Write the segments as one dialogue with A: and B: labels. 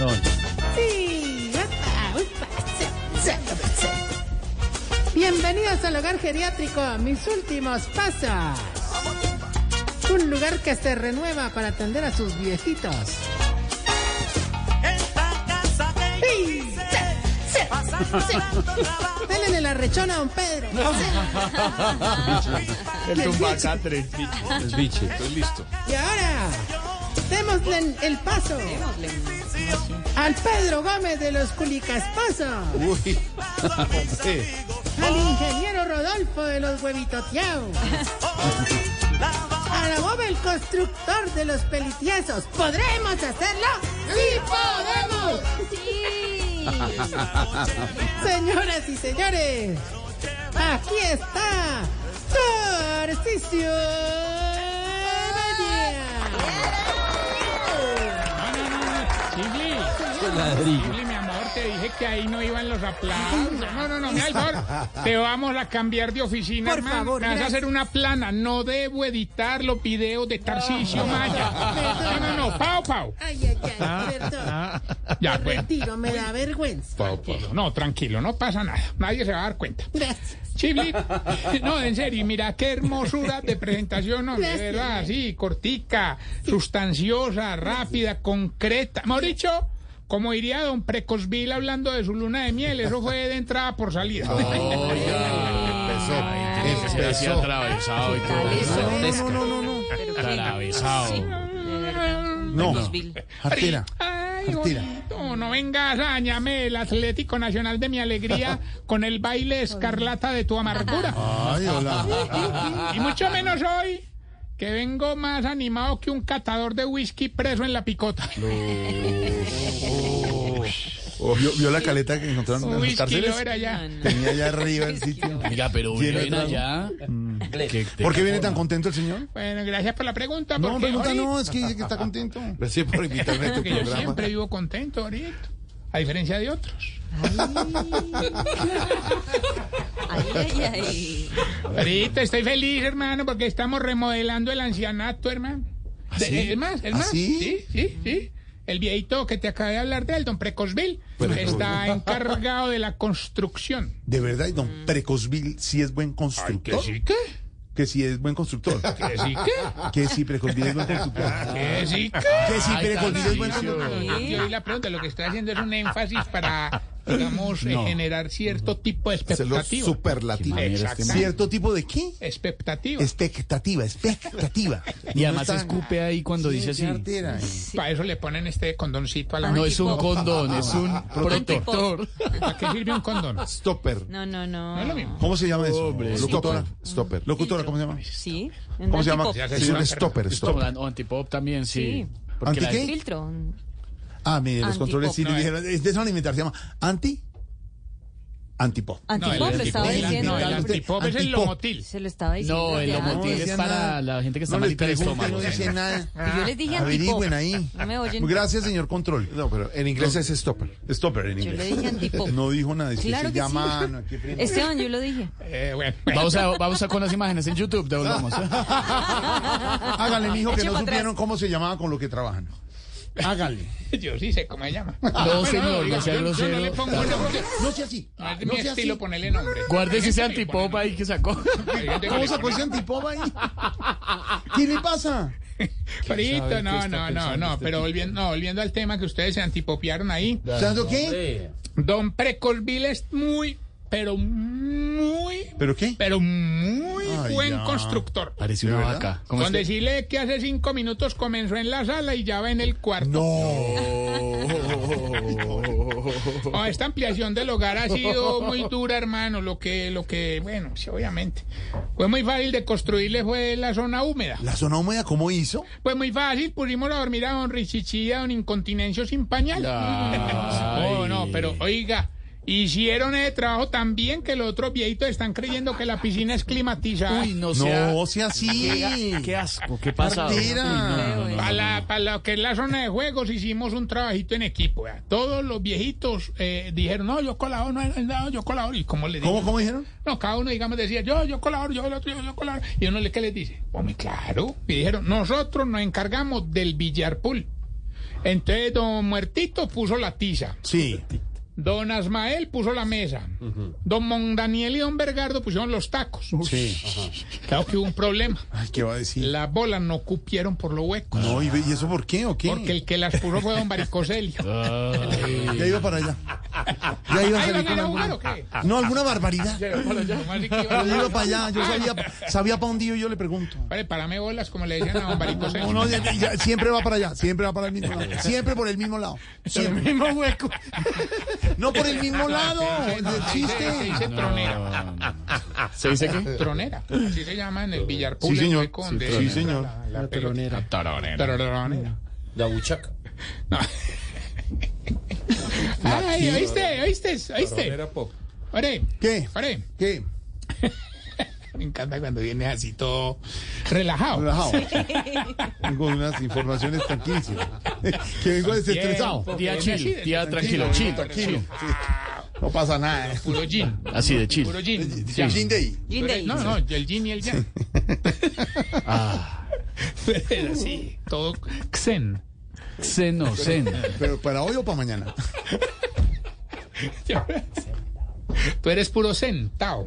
A: No,
B: Sí, uepa, uepa, sí, sí, sí. Bienvenidos al hogar geriátrico, mis últimos pasos. Un lugar que se renueva para atender a sus viejitos. Sí, sí, sí, sí. Denle la rechona a don Pedro.
C: El
B: El
C: tumbacatre.
A: es biche.
C: Estoy listo.
B: Y ahora, démosle el- el paso al Pedro Gómez de los Culicaspazos.
C: Uy. hombre.
B: al ingeniero Rodolfo de los huevitoteados. A la Bob el constructor de los pelitiesos. ¿Podremos hacerlo? ¡Sí podemos! Señoras y señores, aquí está Tarcisio Mejía.
D: No, no, no, no. Chifli. Chifli, mi amor, te dije que ahí no iban los aplausos. No, no, no, mi favor. Te vamos a cambiar de oficina,
B: Por
D: hermano.
B: favor,
D: Me vas a
B: gracias.
D: hacer una plana. No debo editar los videos de
B: Ah.
D: Tarcisio Maya. No, no, no. Pau, pau.
B: Ay, ay, ay, perdón.
D: Ah, Ya,
B: Me
D: bueno.
B: retiro, me da vergüenza.
D: Pau, pau. No, tranquilo, no pasa nada. Nadie se va a dar cuenta.
B: Gracias.
D: Chifli, no, en serio, y mira qué hermosura de presentación, hombre, de verdad, sí, cortica, sustanciosa, rápida, concreta. Mauricio, como diría don Precosville hablando de su luna de miel, eso fue de entrada por salida.
C: Oiga. Empezó. Empezó. atravesado y todo. No, no, no, no. Atravesado. No. Artera.
D: Ay,
C: Artera.
D: bonito, no vengas a dañarme el Atlético Nacional de mi alegría con el baile escarlata de tu amargura.
C: Ay, hola.
D: Y mucho menos hoy, que vengo más animado que un catador de whisky preso en la picota.
E: Oh, ¿Vio, vio la caleta que encontraron en las
D: Whisky
E: cárceles?
D: lo era ya.
E: Tenía allá arriba el sitio.
A: Oiga, pero
E: Lleno de
A: ven
E: trago.
A: allá. ¿Qué-
E: ¿Por qué viene tan contento el señor?
D: Bueno, gracias por la pregunta.
E: No,
D: Ah, porque
E: pregunta
D: ahorita-
E: no, es que dice que está contento.
C: Gracias por invitarme a tu
E: este
D: porque yo
C: programa.
D: siempre vivo contento ahorita, a diferencia de otros. Ahorita estoy feliz, hermano, porque estamos remodelando el ancianato, hermano. De-
E: sí?
D: Es más, es
E: ¿Ah,
D: más.
E: sí?
D: sí, sí, sí. El viejito que te acabé de hablar de él, don Precosville,
E: Precosville.
D: está encargado de la construcción.
E: De verdad, y don Precosville sí es buen constructor.
D: que?
E: Que sí es buen constructor.
D: ¿Que sí que?
E: Que sí, Precosville es buen constructor.
D: ¿Que sí que?
E: Que sí, Precosville es buen
C: Tarcisio.
E: constructor.
D: Yo oí la pregunta, lo que estoy haciendo es un énfasis para, digamos, eh, generar cierto tipo de
C: Se lo
D: expectativa.
C: superlativo.
D: Exactamente.
E: ¿Cierto tipo de qué?
D: Expectativa.
E: Expectativa, expectativa.
A: Y además
E: está-
A: escupe ahí cuando dice
E: Sí, qué
A: así.
E: artera.
D: Para eso le ponen este condoncito a la
A: Ah, No es un condón, es un
E: Ah,
A: protector.
D: ¿Para qué sirve un condón? No
E: Stopper.
F: No, no, no.
D: es lo mismo.
E: ¿Cómo se llama eso?
A: Hombre,
E: Locutora.
C: Stopper.
E: Locutora, ¿cómo se llama?
F: Sí.
E: ¿Cómo se llama?
D: Ya
F: Filtro.
D: se
E: Señor
D: llama-
E: Stopper.
A: Esto,
E: Stopper.
A: o antipop también, sí.
F: Sí.
A: Porque la-
E: ¿Anti qué?
F: Filtro. un-
E: Ah, mire, los controles sí le
D: No,
E: dijeron, es eh, de esa alimentación, se llama anti antipop.
F: Antipop,
D: el
F: lo estaba
D: antipop-
F: diciendo.
D: No, el antipop es el
E: Antipop.
D: lomotil.
F: Se lo estaba diciendo.
A: No, el
F: ya.
A: homotil es
E: decía
A: para
E: nada.
A: la gente que está
E: No les
A: malita de
E: pregunten,
A: estómago.
E: no dicen nada.
F: Yo les dije antipop.
E: Averigüen ahí.
F: No me oyen.
E: Gracias, señor control.
C: No, pero en inglés es stopper.
E: Stopper en
F: Yo
E: inglés.
F: le dije antipop.
E: No dijo nada, es que
F: Claro
E: se
F: que
E: llama
F: sí.
E: no, qué prenda.
F: Esteban, Este yo lo dije.
D: Eh, bueno, bueno.
A: Vamos a, vamos a con las imágenes en YouTube, te volvamos.
E: Ah. Hágale, mijo, que
F: Eche
E: no
F: pa' atrás.
E: supieron cómo se llamaba con lo que trabajan. Hágale.
D: yo sí sé cómo se llama.
A: No, señor,
D: diga,
A: no sea
D: yo- yo no
A: grosero.
D: le pongo nombre.
E: No sea así.
D: No es de
E: Ah, No
D: mi
E: sea así.
D: estilo ponerle nombre.
A: Guárdese ese
D: Hay gente que le
A: antipop
D: pone
A: ahí que sacó.
D: nombre. Hay gente que
E: ¿Cómo
D: le
E: sacó
D: pone-
E: ese antipop ahí? ¿Qué le pasa?
D: Frito, no,
C: está
D: no, no,
C: pensando
D: no,
C: este
D: pero volviendo, no, volviendo al tema que ustedes se antipopiaron ahí,
E: ¿Sabes qué?
D: Don Precosville es muy, pero muy,
E: ¿Pero qué?
D: pero muy buen constructor.
A: Parece una vaca. este. ¿Cómo
D: Con
A: es que-
D: decirle que hace cinco minutos comenzó en la sala y ya va en el cuarto. No, Ah, esta ampliación del hogar ha sido muy dura, hermano. Lo que, lo que, bueno, sí, obviamente. Fue muy fácil de construirle fue la zona húmeda.
E: ¿La zona húmeda cómo hizo?
D: Pues muy fácil, pusimos a dormir a don Richichi y a don Incontinencio sin pañal. Oh, no, pero oiga, hicieron el trabajo tan bien que los otros viejitos están creyendo que la piscina es climatizada.
A: Uy, no sea.
E: No, sea así.
A: Qué asco, qué pasado.
E: Mentira.
A: Uy, no, no, no, no.
D: Para, la- para lo que es la zona de juegos hicimos un trabajito en equipo. ¿vea? Todos los viejitos eh, dijeron, no, yo colaboro, no, no, yo colaboro. ¿Y cómo le digo?
E: ¿Cómo, cómo dijeron?
D: No, cada uno, digamos, decía, yo, yo colaboro, yo el otro, yo, yo colaboro. Y uno, le- ¿qué les dice? Hombre, claro. Y dijeron, nosotros nos encargamos del billar pool. Entonces, don Muertito puso la tiza.
E: Sí.
D: Don Asmael puso la mesa. Don Mondaniel y don Bergardo pusieron los tacos.
E: Sí.
D: Claro que hubo un problema.
E: Ay, ¿qué va a decir?
D: Las bolas no cupieron por los huecos.
E: No, ¿y, ve- ¿y eso por qué o qué?
D: Porque el que las puso fue don Baricoselio.
E: Ya iba para allá. Ya iba a
D: ¿Ahí
E: salir
D: van a
E: con
D: ir a
E: alguna...
D: jugar o qué?
E: No, alguna barbaridad. Yo
D: ¿Cómo así que iban a
E: iba
D: jugar?
E: para allá, yo sabía, sabía para un día y yo le pregunto.
D: Vale, parame bolas, como le decían a don Baricoselio.
E: No, no, ya- ya- siempre va para allá, siempre va para el mismo lado. Siempre por el mismo lado. Siempre. el mismo hueco. No por el mismo lado. El
D: Se
E: chiste.
D: dice tronera.
A: ¿Se dice qué?
D: Tronera. Así se llama en el billar pool.
E: Sí,
D: el
E: señor.
D: hueco
E: Sí,
D: donde-
E: sí, señor.
D: La, la pelota. Tronera.
G: La buchaca.
D: Ay, ¿oíste? ¿Oíste? ¿Oíste?
G: Era pop.
D: Ore,
E: ¿Qué?
D: ore.
E: ¿Qué?
D: Me encanta cuando vienes así todo relajado.
E: Relajado. Tengo unas informaciones tranquilísimas. Que vengo desestresado.
A: Día chill, día tranquilo, chill.
E: Tranquilo, tranquilo. Sí. No pasa nada. ¿eh?
D: Puro jean.
A: Así de chill.
D: Puro jean.
E: Sí. Jean Day.
F: Jean Day.
D: No, no, el jean y el yang. Pero así, todo xen.
A: Seno, seno.
E: Pero para hoy o para mañana.
D: Tú eres puro sentado.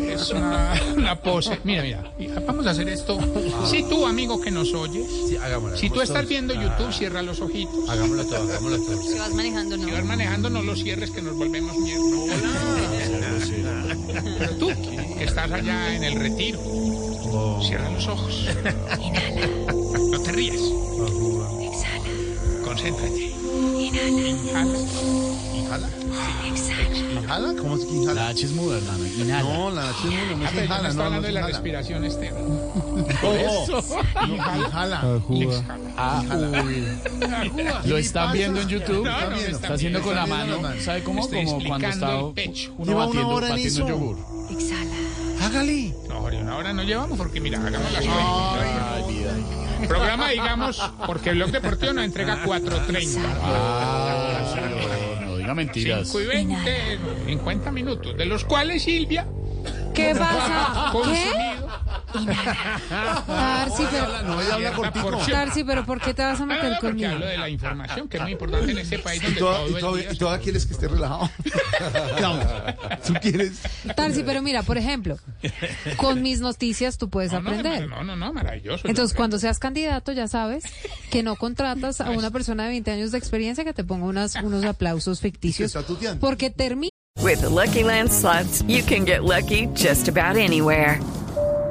D: Es una, una pose. Mira, mira, mira, vamos a hacer esto. Si tú, amigo que nos oyes,
G: Ah. hagámosla. Ah.
D: si tú estás viendo YouTube, cierra los ojitos.
G: Hagámosla todo, hagámosla todo.
F: Si vas manejando, no.
D: Si vas manejando, no los cierres, que nos volvemos mierda. Pero tú, que estás allá en el retiro,
G: Oh.
D: cierra los ojos. No te ríes.
G: Oh,
D: Concéntrate. Inhala.
E: ¿Inhala? ¿Inhala? ¿Cómo es que inhala?
A: La H es muda, hermano. Y nada.
E: No, la H es una, no
D: Ah,
E: es
D: pero yo no
E: inhala, no,
D: está
E: no
D: hablando
E: es
D: de la
E: inhala.
D: respiración, Esteban.
E: No, inhala.
A: Ah, uy. Lo están
E: pasa?
A: viendo en YouTube.
D: No, no,
E: viendo.
A: Está haciendo con la
E: Está viendo la
A: mano.
E: mano.
A: ¿Sabe cómo?
D: Estoy
A: Como cuando está
D: explicando el pecho.
A: uno
E: Lleva una
A: batiendo,
E: hora en
A: batiendo
E: eso.
A: yogur.
E: Hágale.
D: No, Orión, ahora no llevamos porque mira, hagamos las cuentas. Programa, digamos, porque el blog deportivo nos
E: Ah,
D: entrega 4.30.
A: No diga mentiras.
D: 5 y 20, 50 minutos, de los cuales Silvia,
F: ¿Qué
E: Ah,
F: pasa?
D: con
F: ¿Qué?
D: sonido,
F: Tarsi, pero,
E: No, ella habla
D: la
E: cortico.
D: porción. Ah,
F: Tarsi, pero ¿por qué te vas
D: No,
F: a
D: no,
F: meter
D: no, porque
F: conmigo?
D: hablo de la información, que es muy importante en este país donde
E: Y toda- y
D: todo el
E: toda-
D: día
E: y todavía quieres que esté relajado. Vamos, tú quieres.
F: Tarsi, pero mira, por ejemplo, con mis noticias tú puedes
D: se- no,
F: aprender.
D: no, no, no, maravilloso.
F: Entonces,
D: Yo-
F: cuando seas candidato, ya sabes que no contratas a una persona de 20 años de experiencia que te ponga unas, unos aplausos ficticios.
E: Está tuteando.
F: Porque termina.
H: With the Lucky Land slots, you can get lucky just about anywhere.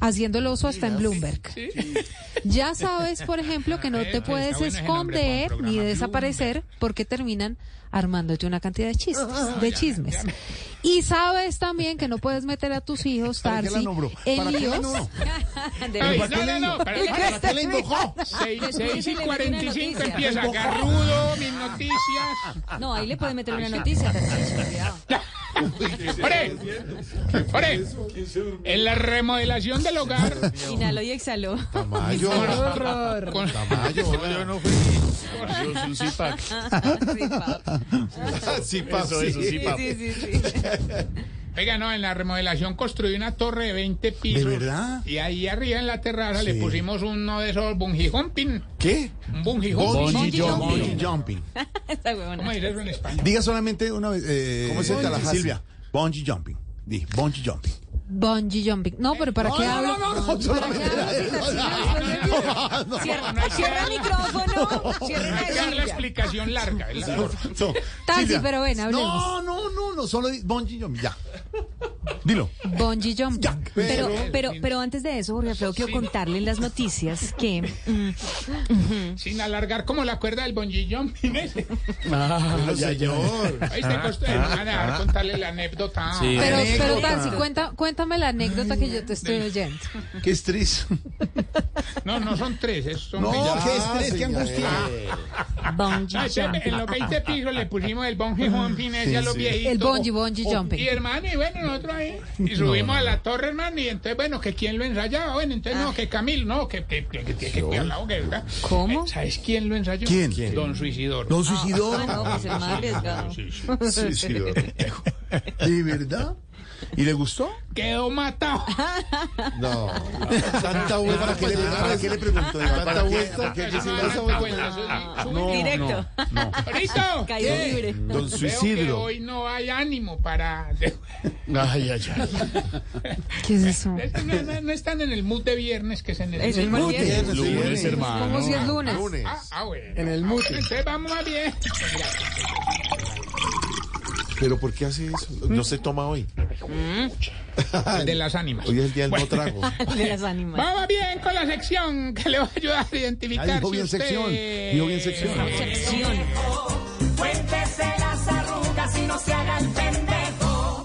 F: haciendo el oso hasta en Bloomberg. Ya sabes, por ejemplo, que no
D: Ah,
F: te
D: está bueno
F: puedes
D: ese nombre para un
F: esconder ni
D: programa,
F: desaparecer porque terminan armándote una cantidad de
D: Ah,
F: chismes, de chismes. Y sabes también que no puedes meter a tus hijos,
E: ¿Para qué la
F: Tarsi,
E: nombró?
F: en
E: ¿Para qué la
F: líos.
E: nombró?
D: Ay,
F: De-
D: no, no, no, para-
F: ¿Y qué
D: para-
F: está
E: ¿Qué le endojó?
D: 6, y
F: Después
D: 45
F: le mete una
D: empieza Garrudo, mis noticias.
F: No, ahí le puede meter una noticia. Cuidado.
D: ¡Ore! ¡Ore! En la remodelación del hogar.
F: Inhaló y exhaló.
E: Tamayo.
D: con-
E: Tamayo. Yo no
A: Eso es un zipac.
F: Sí, pa.
E: Sí, pa,
A: Eso es un
E: sí.
A: zipac.
F: Sí, sí, sí.
D: Oiga, no, en la remodelación construí una torre de 20
E: ¿De
D: pisos.
E: verdad?
D: Y ahí arriba en la terraza
E: Sí.
D: le pusimos uno de esos bungee jumping.
E: ¿Qué?
D: Un bungee
E: Bungee
D: jumping.
A: Bungee
E: jumping.
A: jumping.
E: jumping.
C: Esta huevona.
D: ¿Cómo dice eso en español?
E: Diga solamente una vez. eh,
G: ¿Cómo se dice Tallahassee?
E: Silvia, bungee jumping. Di, bungee jumping.
F: Bungee jumping. No, pero ¿para qué hablo?
E: solamente
F: hablo
E: era
F: si
E: eso. No, no,
C: Cierra,
D: no, no,
C: cierra el
D: no,
C: micrófono. Cierra
D: Hay que dar la
C: la silla.
D: explicación larga. es la-
E: no.
F: Taxi,
E: Silvia.
F: pero ven, hablemos.
E: No, no, no, no, solo di- bungee jumping, ya. Dilo.
F: Bungee jumping.
E: Ya,
I: Pero, pero, pero antes de eso, Jorge Alfredo, quiero contarle en las noticias que mm,
D: Sin alargar como la cuerda del bungee jumping ese.
E: Pero, señor.
D: Ahí se costó.
E: ah,
D: Van a dejar contarle la anécdota.
G: Sí.
F: Pero, pero
E: Anécdota.
F: Tarsi, cuenta, cuéntame la anécdota que yo te estoy oyendo.
E: Qué estrés.
D: No, no son tres, es- son
E: No,
D: 20.
E: qué estrés, qué angustia.
I: bungee
D: Ah, espérame,
I: jumping.
D: en los 20 pisos le pusimos el bungee jumping ese
E: Sí,
D: a los
E: sí.
D: viejitos.
F: El bungee, bungee jumping.
D: Y hermano, y bueno, nosotros ahí. Y subimos a la torre, hermano, y entonces, bueno, que quién lo ensayaba. Bueno, entonces,
F: Ah.
D: no, que Camil, no, que que- que- que tiene que cuidar la boca, ¿verdad?
F: ¿Cómo?
D: Eh, ¿Sabes quién lo ensayó?
E: ¿Quién?
D: Don Suicidor.
E: ¿No suicidó?
I: Ah, no, pues el más arriesgado.
E: Suicidó. ¿De verdad? ¿Y le gustó?
D: Quedó matado.
E: No. Tanta vuelta. ¿Para qué le, para qué le preguntó? Tanta vuelta. ¿Qué
D: Eso no
E: esa
D: da vuelta, eso sí, sube.
I: Directo.
D: Ahorita,
I: Caído
D: ¿qué?
I: libre.
E: Don
D: Veo que
E: Suicidio.
D: hoy no hay ánimo para.
E: Ay, ay, ay.
F: ¿Qué es eso?
D: Es que no, no- no están en el mood de viernes que se
I: Es
D: necesita.
I: el más bien.
E: Lunes, lunes, hermano.
F: Como si es lunes.
D: Ah, ah, bueno.
E: En el mood.
D: Entonces vamos a bien. Mira,
E: ¿Pero por qué hace eso? No se toma hoy.
D: el de las ánimas.
E: Hoy es el día del no trago.
I: De las ánimas.
D: Vamos bien con la sección que le va a ayudar a identificar.
E: Ah, dijo
D: si
E: bien
D: usted-
E: sección. Dijo bien sección.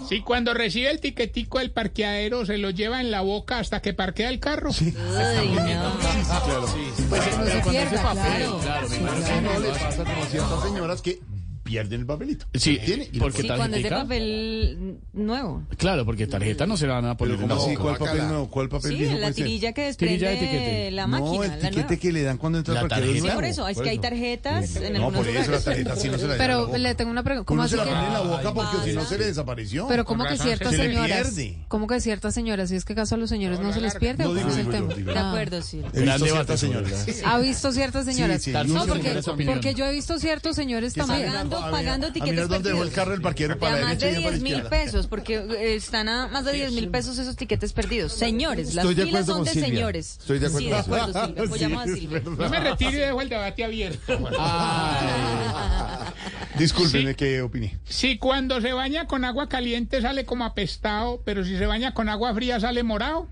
D: Si cuando recibe el tiquetico del parqueadero se lo lleva en la boca hasta que parquea el carro.
I: Ay, no.
F: No se pierda, claro.
E: No le pasa como a ciertas señoras que pierden el papelito.
A: Sí,
E: Tiene- y-
A: porque
I: Sí, cuando es de
A: tarjeta.
I: papel nuevo.
A: Claro, porque tarjeta no se la van a poner.
E: Pero ¿cómo
A: en la
E: así?
A: boca.
E: ¿Cuál papel no? ¿Cuál papel
I: Sí,
E: viejo
I: en la
E: puede ser?
I: tirilla que
A: Tirilla de
I: desprende
A: tiquete.
I: la
E: No,
I: máquina,
E: el
I: la
E: tiquete
I: nueva.
E: que le dan cuando entra
A: La
E: al parqueador.
A: tarjeta.
I: Sí,
E: nuevo.
I: por eso, es que hay tarjetas en
E: No,
I: algunos
E: por eso la
I: lugares.
E: tarjeta sí no se la lleva a la
F: Pero
E: boca.
F: le tengo una pregunta. ¿Cómo
E: Uno se
F: así
E: la pone en la
F: que.?
E: boca porque si no se le desapareció.
F: Pero como
D: Con
F: que
D: razón
F: ciertas
D: se le
F: señoras,
E: pierde.
F: como que ciertas señoras, si es que acaso a los señores no,
D: la
F: se les
D: larga.
F: pierde,
E: No,
F: ¿o
E: digo
F: cómo es el
E: yo,
F: tema?
E: digo yo.
I: De
F: Ah.
I: acuerdo, sí.
E: He visto
A: Gran
E: ciertas
A: debate,
E: señoras. Sí,
F: Ha visto ciertas señoras.
E: sí,
A: Tarcisio
F: No,
A: Muchas
F: porque,
A: señoras opinión.
F: porque yo he visto ciertos señores también.
I: Pagando, pagando
E: A
I: tiquetes
E: mirar dónde dejó el
I: perdidos.
E: carro el parquero
I: De
E: para
I: a
E: la
I: más
E: derecha
I: de
E: y para la
I: 10 mil
E: izquierda.
I: pesos, porque eh, están a más de 10 mil pesos esos tiquetes perdidos. Señores, las
E: Estoy de
I: filas
E: acuerdo
I: son
E: con
I: de
E: Silvia.
I: señores.
E: Estoy de
I: Sí,
E: acuerdo
I: de
E: con
I: acuerdo, Silvia.
E: Silvia.
I: Apoyamos
E: Sí,
I: a
E: es
I: Silvia.
D: No me retiro y dejo el debate abierto.
E: Ah, Discúlpeme
D: Sí.
E: que opiné.
D: Si cuando se baña con agua caliente sale como apestado, pero si se baña con agua fría sale morado.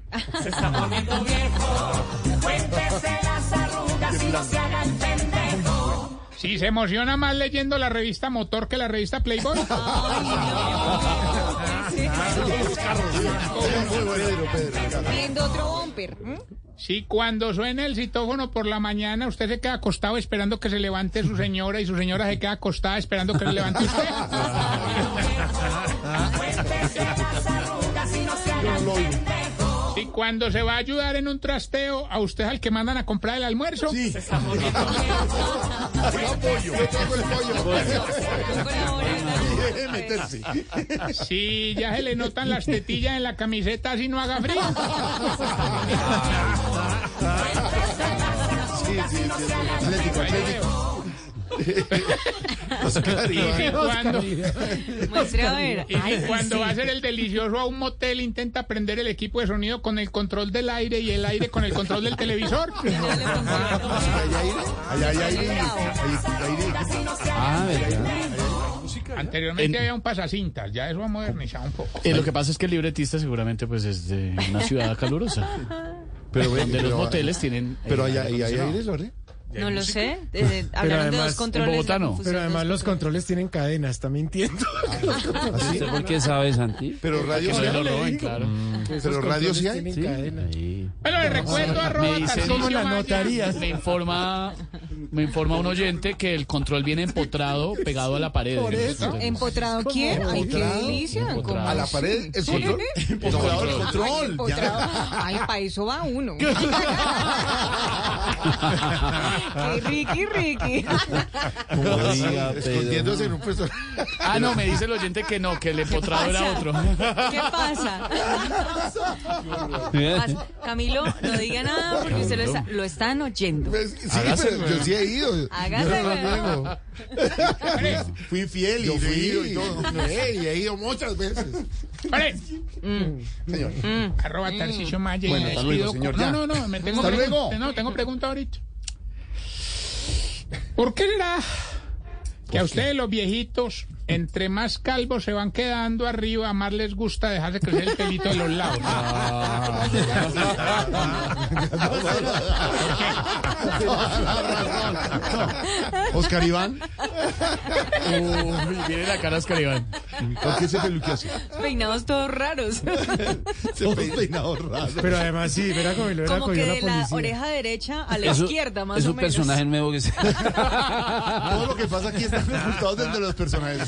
D: Si se emociona más leyendo la revista Motor que la revista Playboy.
E: Ah, Muy bueno, Pedro.
I: Viendo otro bumper. ¿m?
D: Si cuando suena el citófono por la mañana usted se queda acostado esperando que se levante su señora y su señora se queda acostada esperando que se levante usted. Si cuando se va a ayudar en un trasteo a usted es al que mandan a comprar el almuerzo.
E: Sí. Apoyo. Me traigo el pollo.
I: Yo colaboro en la-
E: Deje meterse.
D: Si ya se le notan las tetillas en la camiseta así no haga frío.
E: Sí, sí, sí. Atlético, atlético. Oscar
D: Y si
E: Iván.
D: cuando,
I: Muestre a ver.
D: y si cuando va a ser el delicioso a un motel intenta prender el equipo de sonido con el control del aire y el aire con el control del televisor. Ah,
E: ¿Hay aire? ¿Hay aire? ¿Hay aire? ¿Hay aire?
A: Ah, ¿verdad?
D: Anteriormente
A: En-
D: había un pasacintas, ya eso ha modernizado un poco.
A: Eh, lo que pasa es que el libretista seguramente pues es de una ciudad calurosa.
E: Pero ven,
A: Donde los
E: pero-
A: moteles tienen. eh,
E: Pero hay, hay, hay
A: acondicionado.
E: aire, ¿verdad?
I: No lo sé. eh, hablaron de dos controles.
A: en Bogotá
I: la
A: no.
I: confusión de dos
B: controles tienen cadenas, está mintiendo.
E: ¿Así?
J: ¿Usted por qué sabe, Santi?
E: Pero Mm. radio
A: No
E: sí
A: se lo
E: hay.
A: roben, claro.
E: Pero radio sí hay.
B: Tienen cadenas.
D: Bueno, le recuerdo arroba
A: Me dice-
D: Tarcisio
A: ¿Cómo la
D: Maya.
A: Me informa, me informa un oyente que el control viene empotrado, pegado a la pared.
I: controles.
E: Em-
I: ¿Empotrado quién? Ay, qué
E: ¿Empotrado?
I: delicia.
A: Empotrado.
I: ¿cómo
E: ¿A la
I: así?
E: pared? ¿El control?
A: Empotrado.
E: No, el
I: Ay,
E: control. ya.
I: empotrado. Ay, para eso va uno. Ricky, Ricky.
A: Escondiéndose
J: en un puesto.
A: Ah, no, me dice el oyente que no, que el empotrado era otro.
I: ¿Qué pasa? Pasa. Camilo, no diga nada porque usted lo, está- lo están oyendo.
J: Pues, Sí, pero yo sí he ido.
I: Hágase,
J: Yo no lo
I: weón.
J: niego. Fui fiel y
E: Yo
J: he
E: fui.
J: ido y todo. Eh, y he ido muchas veces.
D: Pare.
J: Señor.
D: Arroba Tarcisio Maya. y
J: Bueno,
D: me
J: hasta luego,
D: despido
J: señor,
D: con-
J: ya.
D: No, no, no, me tengo
J: Hasta
D: pregun-
J: luego.
D: No, tengo pregunta ahorita. ¿Por qué será que a ustedes los viejitos, entre más calvos se van quedando arriba, más les gusta dejarse crecer el pelito de los lados?
E: Oscar Iván.
A: Uy, viene la cara Oscar Iván.
E: ¿Por qué se peluqueó así?
I: Peinados todos raros.
E: Se peinado raro.
K: Pero además sí, verá como lo era
I: Como
K: con
I: que
K: la
I: de la
K: policía.
I: oreja derecha a la
K: Eso-
I: izquierda, más
K: es
I: o
K: un
I: menos.
K: personaje
J: nuevo que se... Todo lo que pasa aquí está ocultado dentro de los personajes.